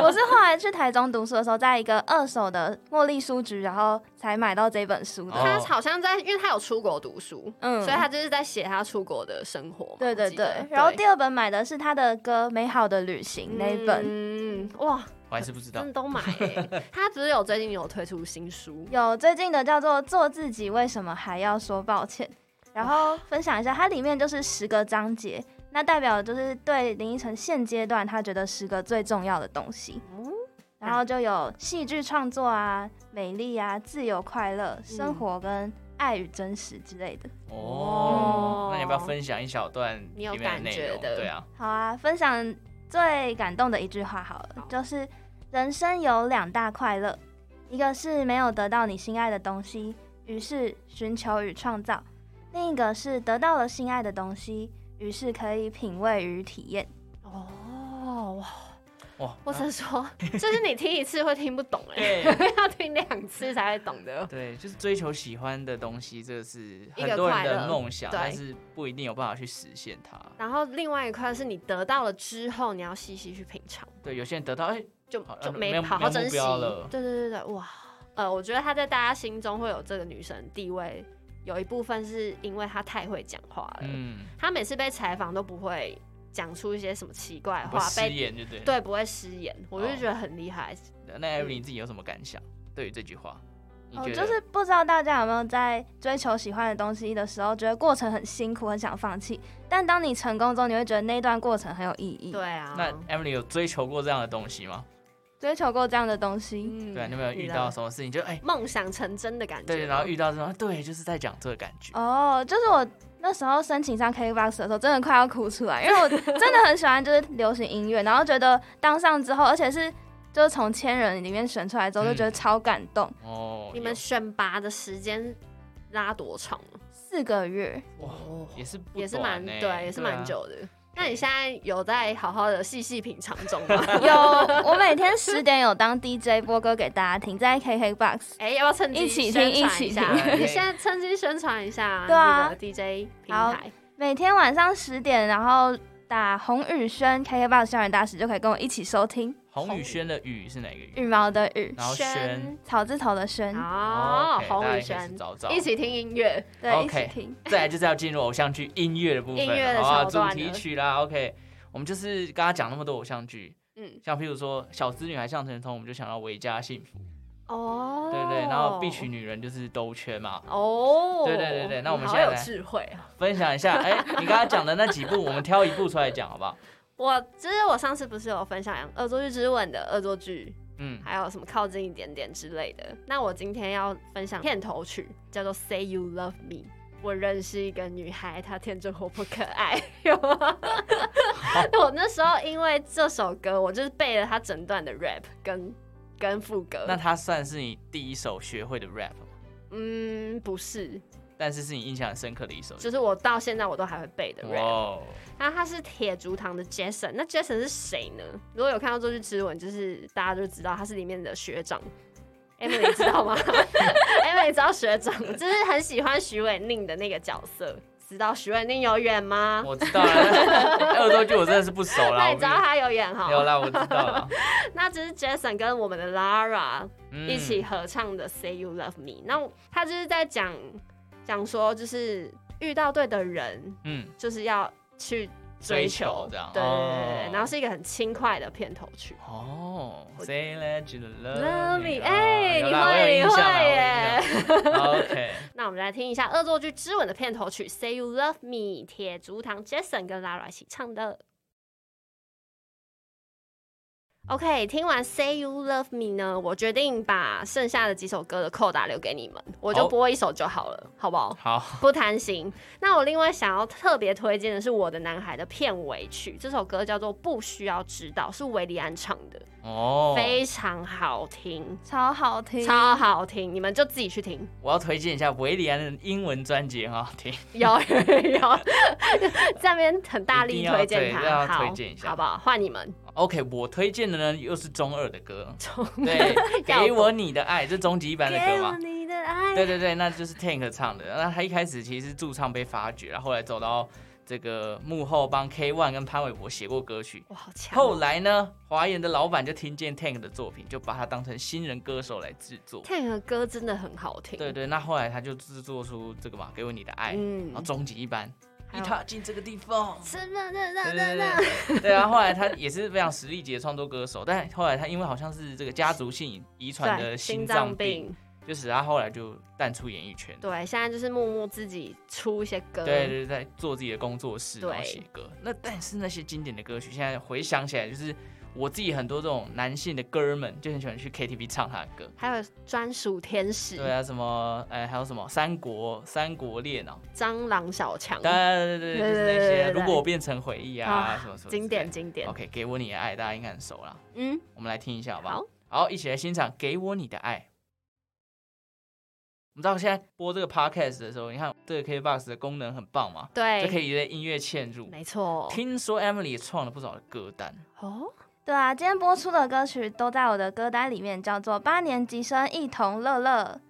C: 我是后来去台中读书的时候，在一个二手的茉莉书局，然后才买到这本书的。
A: 哦
B: 他好像在，因为他有出国读书，
C: 嗯
B: 所以他就是在写他出国的生活嘛。
C: 对对
B: 我记得
C: 对，然后第二本买的是他的歌《美好的旅行》那一本，
B: 嗯，哇，
A: 我还是不知道
B: 真的。都买 欸他只是有最近有推出新书，
C: 有最近的叫做《做自己为什么还要说抱歉》，然后分享一下，它里面就是十个章节，那代表就是对林依晨现阶段他觉得十个最重要的东西。
B: 嗯
C: 然后就有戏剧创作啊、美丽啊、自由、快乐、
B: 嗯
C: 生活跟爱与真实之类的。
A: 哦
B: 嗯，
A: 那你要不要分享一小段里面的内
B: 你有
A: 容？
B: 感觉的
A: 对啊，
C: 好啊，分享最感动的一句话好了，
B: 好
C: 就是人生有两大快乐，一个是没有得到你心爱的东西，于是寻求与创造；另一个是得到了心爱的东西，于是可以品味与体验。
B: 哦，哇
A: 哇，
B: 我只能说， 就是你听一次会听不懂哎，
A: 对
B: 要听两次才会懂的。
A: 对，就是追求喜欢的东西，这个是
B: 一个
A: 很多人
B: 快乐
A: 的梦想，
B: 对
A: 但是不一定有办法去实现它。
B: 然后另外一块是你得到了之后，你要细细去品尝，
A: 对，有些人得到，哎，
B: 就
A: 好
B: 就
A: 呃没有
B: 好
A: 没
B: 好
A: 有
B: 珍
A: 目
B: 惜
A: 标了。
B: 对对对对，哇，呃，我觉得她在大家心中会有这个女神地位，有一部分是因为她太会讲话了。
A: 嗯，
B: 他每次被采访都不会讲出一些什么奇怪的
A: 不
B: 话，
A: 失
B: 被
A: 言就对。，
B: 对不会失言，我就
A: 哦
B: 觉得很厉害。
A: 那艾瑞你自己有什么感想？对于这句话，你
C: 哦，
A: 觉
C: 就是
A: 得？
C: 不知道大家有没有在追求喜欢的东西的时候，觉得过程很辛苦，很想放弃，但当你成功之后，你会觉得那段过程很有意义。
B: 对，啊，
A: 那 Emily 有追求过这样的东西吗？
C: 追求过这样的东西。
B: 嗯
A: 对啊，你有没有遇到什么事情？就哎，
B: 梦想成真的感觉？
A: 对，然后遇到这种，对，就是在讲这个感觉。
C: 哦，就是我那时候申请上 KBox 的时候，真的快要哭出来，因为我真的很喜欢就是流行音乐，然后觉得当上之后，而且是就是从千人里面选出来之后，就觉得
A: 嗯
C: 超感动。
A: 哦，
B: 你们
A: 有
B: 选拔的时间拉多长？
C: 四个月，
A: 哇，
B: 哦，
A: 也是不
B: 也是
A: 短
B: 蛮
A: 欸
B: 对，也是蛮
A: 啊
B: 久的。那你现在有在好好的细细品尝中吗？
C: 有我每天十点有当 DJ 播歌给大家听，在 KKBox。
B: 哎，要不要趁机
C: 一起
B: 宣
C: 听一
B: 传
C: 起
B: 下
A: 听
B: 你现在趁机宣传一下
C: 对啊
B: 你的 DJ 平
C: 好
B: 台。
C: 每天晚上十点，然后打洪宇轩 KKBOX 校园大使就可以跟我一起收听。
A: 洪宇轩的宇是哪个宇？
C: 羽毛的羽，
A: 然后轩，
C: 草字头的轩，
B: 哦，
A: OK，大
B: 洪
A: 家
B: 宇
A: 可以
B: 轩
A: 去找找
B: 一起听音乐，
C: 对
A: OK
C: 一起听。
A: 再来就是要进入偶像剧音乐的部分
B: 音乐
A: 了，
B: 的
A: 好啊，
B: 桥
A: 主
B: 段
A: 题
B: 了
A: 曲啦，OK。我们就是刚刚讲那么多偶像剧，
B: 嗯，
A: 像譬如说《小资女孩向前冲》，我们就想到《维嘉幸福》，
B: 哦，
A: 对不对？然后《必娶女人》就是兜圈嘛，
B: 哦，
A: 对对对对那我们
B: 你好
A: 现在
B: 有
A: 来
B: 智慧啊！
A: 分享一下。哎，你刚刚讲的那几部，我们挑一部出来讲，好不好？
B: 我其实我上次不是有分享《恶作剧之吻》的恶作剧，
A: 嗯，
B: 还有什么靠近一点点之类的。那我今天要分享片头曲，叫做《Say You Love Me》。我认识一个女孩，她天真活泼可爱， 有吗？我那时候因为这首歌，我就是背了她整段的 rap 跟跟副歌。
A: 那它算是你第一首学会的 rap 吗？
B: 嗯，不是，
A: 但是是你印象很深刻的一首。
B: 就是我到现在我都还会背的 rap。
A: 哇，哦
B: 那他是铁竹堂的 Jason，那 Jason 是谁呢？如果有看到《周剧之吻》，就是大家就知道他是里面的学长。Emily 知道吗 ？Emily 知道学长，就是很喜欢徐伟宁的那个角色。知道徐伟宁有演吗？
A: 我知道了，啊 但是恶作剧我真的是不熟啦。
B: 那
A: 我
B: 你知道他有演哈
A: 没？有啦，我知道啊了。
B: 那就是 Jason 跟我们的 Lara
A: 嗯
B: 一起合唱的《Say You Love Me》。那他就是在讲讲说，就是遇到对的人，
A: 嗯，
B: 就是要去
A: 追
B: 追
A: 求
B: 求
A: 这样
B: 对对对
A: 哦
B: 对，然后是一个很轻快的片头曲。
A: 哦，Say that you love
B: Love
A: me，
B: me，
A: 哦
B: 哎
A: 有啦
B: 你会
A: 我有印象啦我
B: 你会
A: 有印象 OK，
B: 那我们来听一下《恶作剧之吻》的片头曲《Say You Love Me》，铁竹堂 Jason 跟 Lara 一起唱的。OK，听完《Say You Love Me》呢，我决定把剩下的几首歌的扣打留给你们，我就
A: 好
B: 播一首就好了，好不好？
A: 好，
B: 不贪心。那我另外想要特别推荐的是《我的男孩》的片尾曲，这首歌叫做《不需要知道》，是维利安唱的，
A: 哦，
B: 非常好听，
C: 超好听，
B: 超好听，你们就自己去听。
A: 我要推荐一下维里安的英文专辑，很好听。
B: 有有有， 这边很大力推
A: 一定
B: 荐
A: 要
B: 他，
A: 对要
B: 好，
A: 推荐一下
B: 好不好？换你们
A: OK，我推荐的呢又是中二的歌，
B: 从
A: 对，
B: 要
A: 给我你的爱，这终极版的歌嘛。
C: 你的爱
A: 对对对，那就是 Tank 唱的。那他一开始其实是驻唱被发掘，然后后来走到这个幕后帮 K One 跟潘玮柏写过歌曲。
B: 哇，好强
A: 后
B: 哦、
A: 来呢，华研的老板就听见 Tank 的作品，就把他当成新人歌手来制作。
B: Tank 的歌真的很好听，
A: 对对，那后来他就制作出这个嘛，《给我你的爱》，
B: 嗯
A: 然后终极一班，
B: 还
A: 一
B: 有
A: 踏进这个地方，
C: 吃了的
A: 对
C: 的
A: 对
C: 的的，
A: 对，对啊，后来他也是非常实力级的创作歌手，但后来他因为好像是这个家族性遗传
B: 对
A: 的
B: 心
A: 心
B: 脏
A: 脏病，，就使他后来就淡出演艺圈。
B: 对，现在就是默默自己出一些歌，
A: 对，就是在做自己的工作室，然后
B: 对
A: 写歌。那但是那些经典的歌曲，现在回想起来，就是我自己很多这种男性的哥们就很喜欢去 KTV 唱他的歌。
B: 还有专属天使、
A: 对啊，什么哎，还有什么《三国》《三国恋》哦，
B: 蟑螂小强，
A: 当然对对对，
B: 对
A: 就是
B: 对
A: 那
B: 对
A: 些。
B: 对对
A: 如果我变成回忆啊，
B: 啊
A: 什么什么之类的
B: 经典。经典，
A: OK，给我你的爱，大家应该很熟啦。
B: 嗯，
A: 我们来听一下好不好？
B: 好，
A: 好，一起来欣赏《给我你的爱》。我们知道现在播这个 podcast 的时候，你看这个 KBox 的功能很棒嘛，就可
B: 对，
A: 以在音乐嵌入。
B: 没错，
A: 听说 Emily 也创了不少的歌单，
B: 哦，
C: 对啊，今天播出的歌曲都在我的歌单里面，叫做《八年级生一同乐乐》，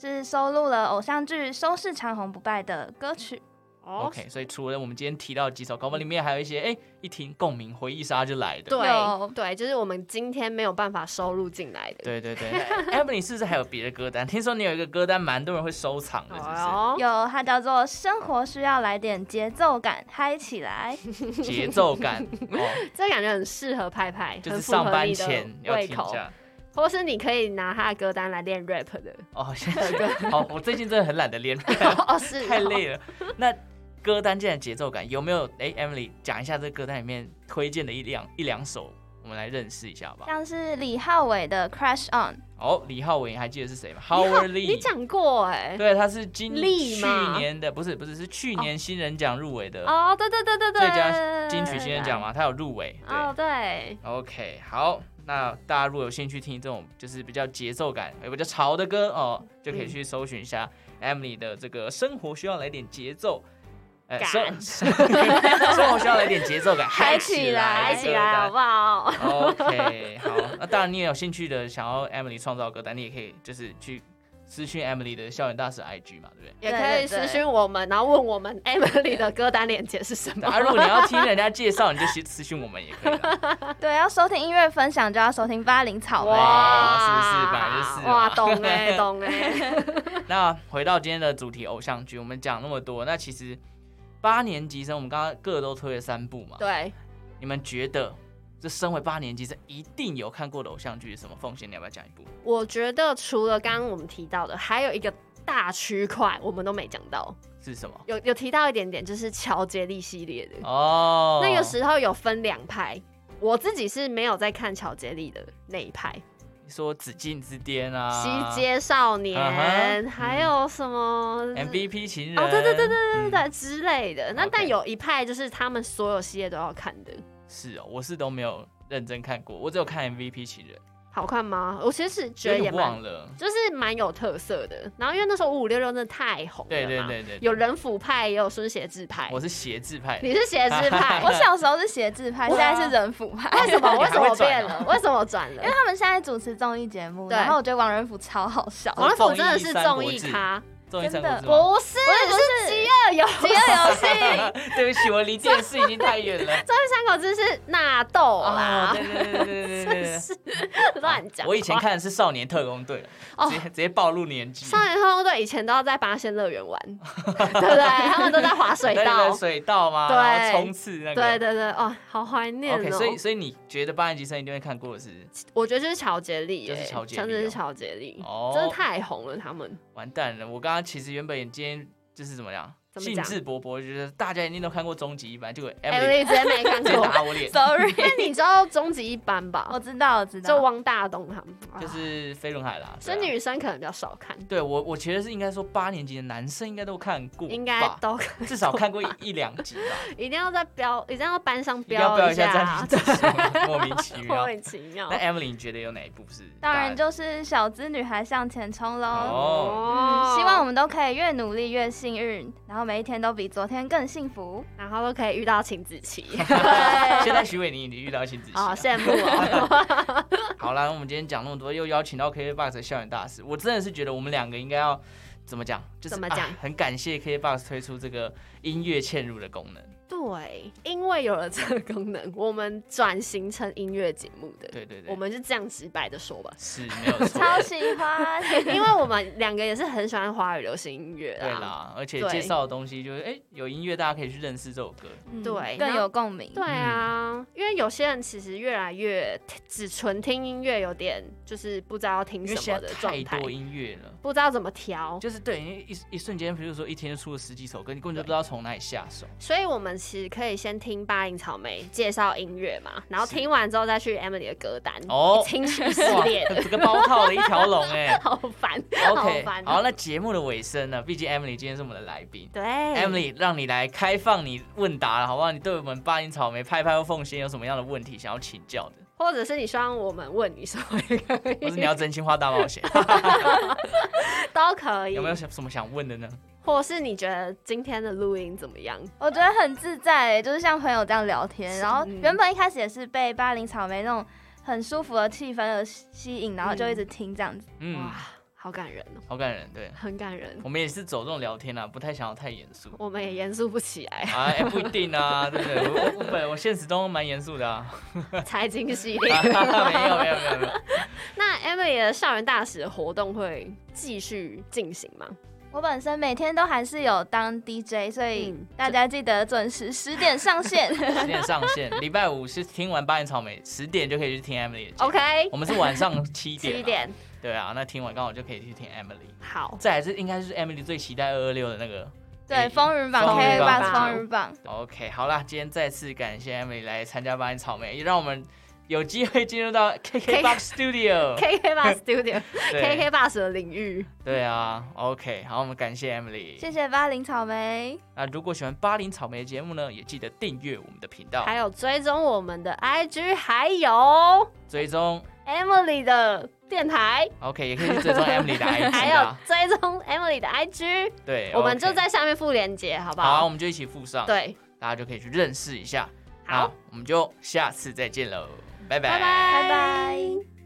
C: 是收录了偶像剧《收视长虹不败》的歌曲。
B: 哦
A: OK，所以除了我们今天提到的几首高分，里面还有一些哎、一听共鸣回忆杀就来的。
C: 有
B: 对对，就是我们今天没有办法收录进来的，
A: 对对对 ，Emily 是不是还有别的歌单？听说你有一个歌单，蛮多人会收藏的，是不
B: 哦，
C: 有，它叫做《生活需要来点节奏感，嗨起来》。
A: 是？ 节奏感，哦，
B: 这感觉很适合派派，
A: 就是
B: 很符合
A: 上班
B: 你的
A: 前要
B: 胃
A: 听一
B: 口，
A: 下。
B: 或是你可以拿他的歌单来练 rap 的。
A: 哦，现 在好，我最近真的很懒得练，
B: 哦， 是
A: 太
B: 了。
A: 累了。那歌单既然节奏感，有没有？哎、e m i l y 讲一下这个歌单里面推荐的一两一两首，我们来认识一下好不好？
C: 像是李浩伟的《Crash On》，
A: 哦，李浩文还记得是谁吗
B: 你好
A: ？Howard Lee，
B: 你讲过哎、
A: 对，他是今
B: 力
A: 去
B: 嘛
A: 年的，不是不是是去年新人奖入围的
B: 哦，对对对对对，
A: 最佳金曲新人奖嘛，他有入围。
B: 哦，
A: 对
B: 对，
A: ，OK，好，那大家如果有兴趣听这种就是比较节奏感、哎也比较潮的歌哦，就可以去搜寻一下 Emily 的这个生活需要来点节奏。呃
B: 感
A: 生 生活需要来点节奏感，嗨
C: 嗨起
A: 来，
B: 来
C: 来
B: 起来好不 好？
A: OK，好，那当然你也有兴趣的，想要 Emily 创造歌单，你也可以就是去私讯 Emily 的校园大使 IG 嘛，对不对？
B: 也可以私讯我们，然后问我们 Emily 的歌单链接是什么
A: 对。啊，如果你要听人家介绍，你就私私讯我们也可以啊。
C: 对，要收听音乐分享就要收听八零草莓。
A: 是不是本来就是哦嘛
B: 哇，懂哎、懂哎、
A: 那回到今天的主题偶像剧，我们讲那么多，那其实八年级生我们刚刚各都推了三部嘛，
B: 对，
A: 你们觉得这身为八年级生一定有看过的偶像剧是什么？奉献你要不要讲一部？
B: 我觉得除了刚刚我们提到的，还有一个大区块我们都没讲到，
A: 是什么？
B: 有有提到一点点，就是乔杰利系列的。
A: 哦，
B: 嗯那个时候有分两派，我自己是没有在看乔杰利的那一派，
A: 说《紫禁之巅》啊，
B: 西街少年
A: 嗯》哼
B: 还有什么
A: 嗯 MVP 情人
B: 哦，对对对对对对
A: 嗯
B: 对之类的。那
A: OK
B: 但有一派就是他们所有系列都要看的，
A: 是哦，我是都没有认真看过，我只有看 MVP 情人，
B: 好看吗？我其实觉
A: 有
B: 得也
A: 点
B: 蛮
A: 忘，了。
B: 就是蛮有特色的。然后因为那时候五五六六真的太红了嘛，
A: 对对对对，
B: 有人腐派也有孙协志派
A: 我，是斜字派的，
B: 你是协 志派，
C: 我小时候是写字派，
B: 哇
C: 现在是人腐派。
B: 为什 么
A: 你
B: 为
A: 还
B: 什
A: 会
B: 么变
A: 转
B: 了？为什么转 了
C: 因为？ 他们现在主持综艺节目，
B: 对
C: 然后我觉得王仁甫超好笑。
A: 哦
B: 王仁甫真的是综艺 咖，
A: 终于三
C: 真
A: 国
C: 的
A: 志吗
B: 不是，是饥饿游
C: 饥饿游戏，
A: 对不起，我离电视已经太远了。
B: 综艺三国志是纳豆
A: 哦，
B: 啦，
A: 对对对对对对
B: 是
A: 对，
B: 乱讲。
A: 我以前看的是《少年特工队
B: 哦》，
A: 直接直接暴露年纪。
B: 少年特工队以前都要在八仙 乐园玩，对不对？他们都在滑水
A: 对对
B: 道
A: 对，水道吗？
B: 对
A: 然后冲刺那个。
B: 对对对，哦，好怀念
A: OK，
B: 哦。
A: 所以所以你觉得八年级生一定会看过的是？
B: 我觉得就是乔杰利耶，
A: 就是乔杰利哦
B: 真的是乔杰利，
A: 哦
B: 真的太红了。他们
A: 完蛋了！我刚刚其实原本也今天就是怎么样，
B: 怎么
A: 兴
B: 讲
A: 致勃勃，觉得大家一定都看过终极一班，结果 Emily
B: Emily 直接没看
A: 直接
B: 过，
A: 打我 脸，
C: Sorry，
B: 因为你知道终极一班吧
C: 我？知道，我知道。
B: 就汪大东他们，
A: 就
B: 啊
A: 是飞轮海啦。
B: 所以
A: 对啊
B: 女生可能比较少看，
A: 对我我觉得是应该说八年级的男生应该都看过吧，
B: 应该都
A: 至少看过一一两集 吧，
B: 一定要在标，一定要班上
A: 一定要
B: 标
A: 标一下
B: 下
A: 暂， 停之前，莫名其
B: 莫
A: 妙。
B: 名其妙
A: 那。
B: 嗯
A: Emily 你觉得有哪一部是大
C: 当
A: 家？
C: 然就是小资女孩向前冲喽。
A: 哦，
C: 嗯，
B: 哦
C: 希望我们都可以越努力越幸运，然后每一天都比昨天更幸福。
B: 然后都可以遇到秦子琪，
A: 现 在徐伟宁已经遇到秦子琪
B: 哦，
A: 了。
B: 羡慕哦。
A: 好啦，我们今天讲那么多，又邀请到 KBox 的校园大使，我真的是觉得我们两个应该要怎么讲，就是
B: 怎么讲
A: 啊很感谢 KBox 推出这个音乐嵌入的功能。
B: 对，因为有了这个功能，我们转型成音乐节目的。
A: 对对对，，
B: 我们啊是这样直白的说吧
A: 是没有 错。
C: 超喜欢，
B: 因为我们两个也是很喜欢华语流行音乐
A: 对
B: 啊。
A: 啦，而且
B: 对
A: 介绍的东西就是，哎、有音乐大家可以去认识这首歌。
C: 嗯
B: 对
C: 更
B: 然后
C: 有共鸣。
B: 对
A: 嗯
B: 啊，因为有些人其实越来越只纯听音乐，有点就是不知道要听
A: 因为
B: 什么
A: 现
B: 的
A: 在
B: 状
A: 太
B: 态，
A: 多音乐了，
B: 不知道怎么调。
A: 就是对，因为一一瞬间，比如说一天就出了十几首歌，你根本就不知道从哪里下手。
B: 所以我们其实可以先听八音草莓介绍音乐嘛，然后
A: 是
B: 听完之后再去 Emily 的歌单
A: 哦
B: 听一系
A: 哇
B: 列，的，
A: 这个包套的一条龙哎、
B: 好烦
A: OK，
B: 好烦哦
A: 好，那节目的尾声呢？毕竟 Emily 今天是我们的来宾。
B: 对
A: Emily，让你来开放你问答了，好不好？你对我们八音草莓派派或奉先有什么样的问题想要请教的，
B: 或者是你希望我们问你什么也可
A: 或是
B: 以，
A: 你要真心话大冒 险，
B: 都可以。
A: 有没有什么想问的呢？
B: 或是你觉得今天的录音怎么样？
C: 我觉得很自在、欸就是像朋友这样聊天。然后
B: 嗯
C: 原本一开始也是被巴黎草莓那种很舒服的气氛而吸引，然后就一直听这样子。
A: 嗯
B: 哇，，好感人哦，
A: 好感人，对
B: 很感人。
A: 我们也是走这种聊天啦，啊不太想要太严肃。
B: 我们也严肃不起 来，
A: 啊，哎不一定啊，对不对？我我本我现实中蛮严肃的啊，
B: 财经系
A: 没
B: 列。
A: 有 没有没有没有，
B: 那 Emily 的校园大使的活动会继续进行吗？
C: 我本身每天都还是有当 DJ，所以
B: 嗯
C: 大家记得准时十点上线。
A: 十点上线，礼拜五是听完八音草莓，十点就可以去听 Emily 的节目。
B: OK
A: 我们是晚上哦七点，
B: 七，点，
A: 对啊，那听完刚好就可以去听 Emily。
B: 好，
A: 再来是应该是 Emily 最期待二二六的那个。
C: 对，风云榜
A: 风云
C: K
A: 榜
C: Box 风云榜，
A: OK，好啦，今天再次感谢 Emily 来参加八音草莓，也让我们有机会进入 到 KKBOX Studio。
B: KK Bus Studio、
A: 对
B: KK Bus 的领域，
A: 对啊，OK，好，我们感谢 Emily。
C: 谢谢巴黎草莓。
A: 那如果喜欢八零草莓的节目呢，也记得订阅我们的频道，
B: 还有追踪我们的 IG，还有
A: 追踪
B: Emily 的电 台，
A: OK，也可以去追踪 Emily 的 IG 啊。
B: 还有追踪 Emily 的 IG，
A: 对，
B: 我们
A: OK
B: 就在下面附链接，好不
A: 好，我
B: 好？
A: 们就一起附上，，
B: 对，
A: 大家就可以去认识一下。
B: 好
A: 那，我们就下次再见喽，拜
B: 拜拜
C: 拜拜。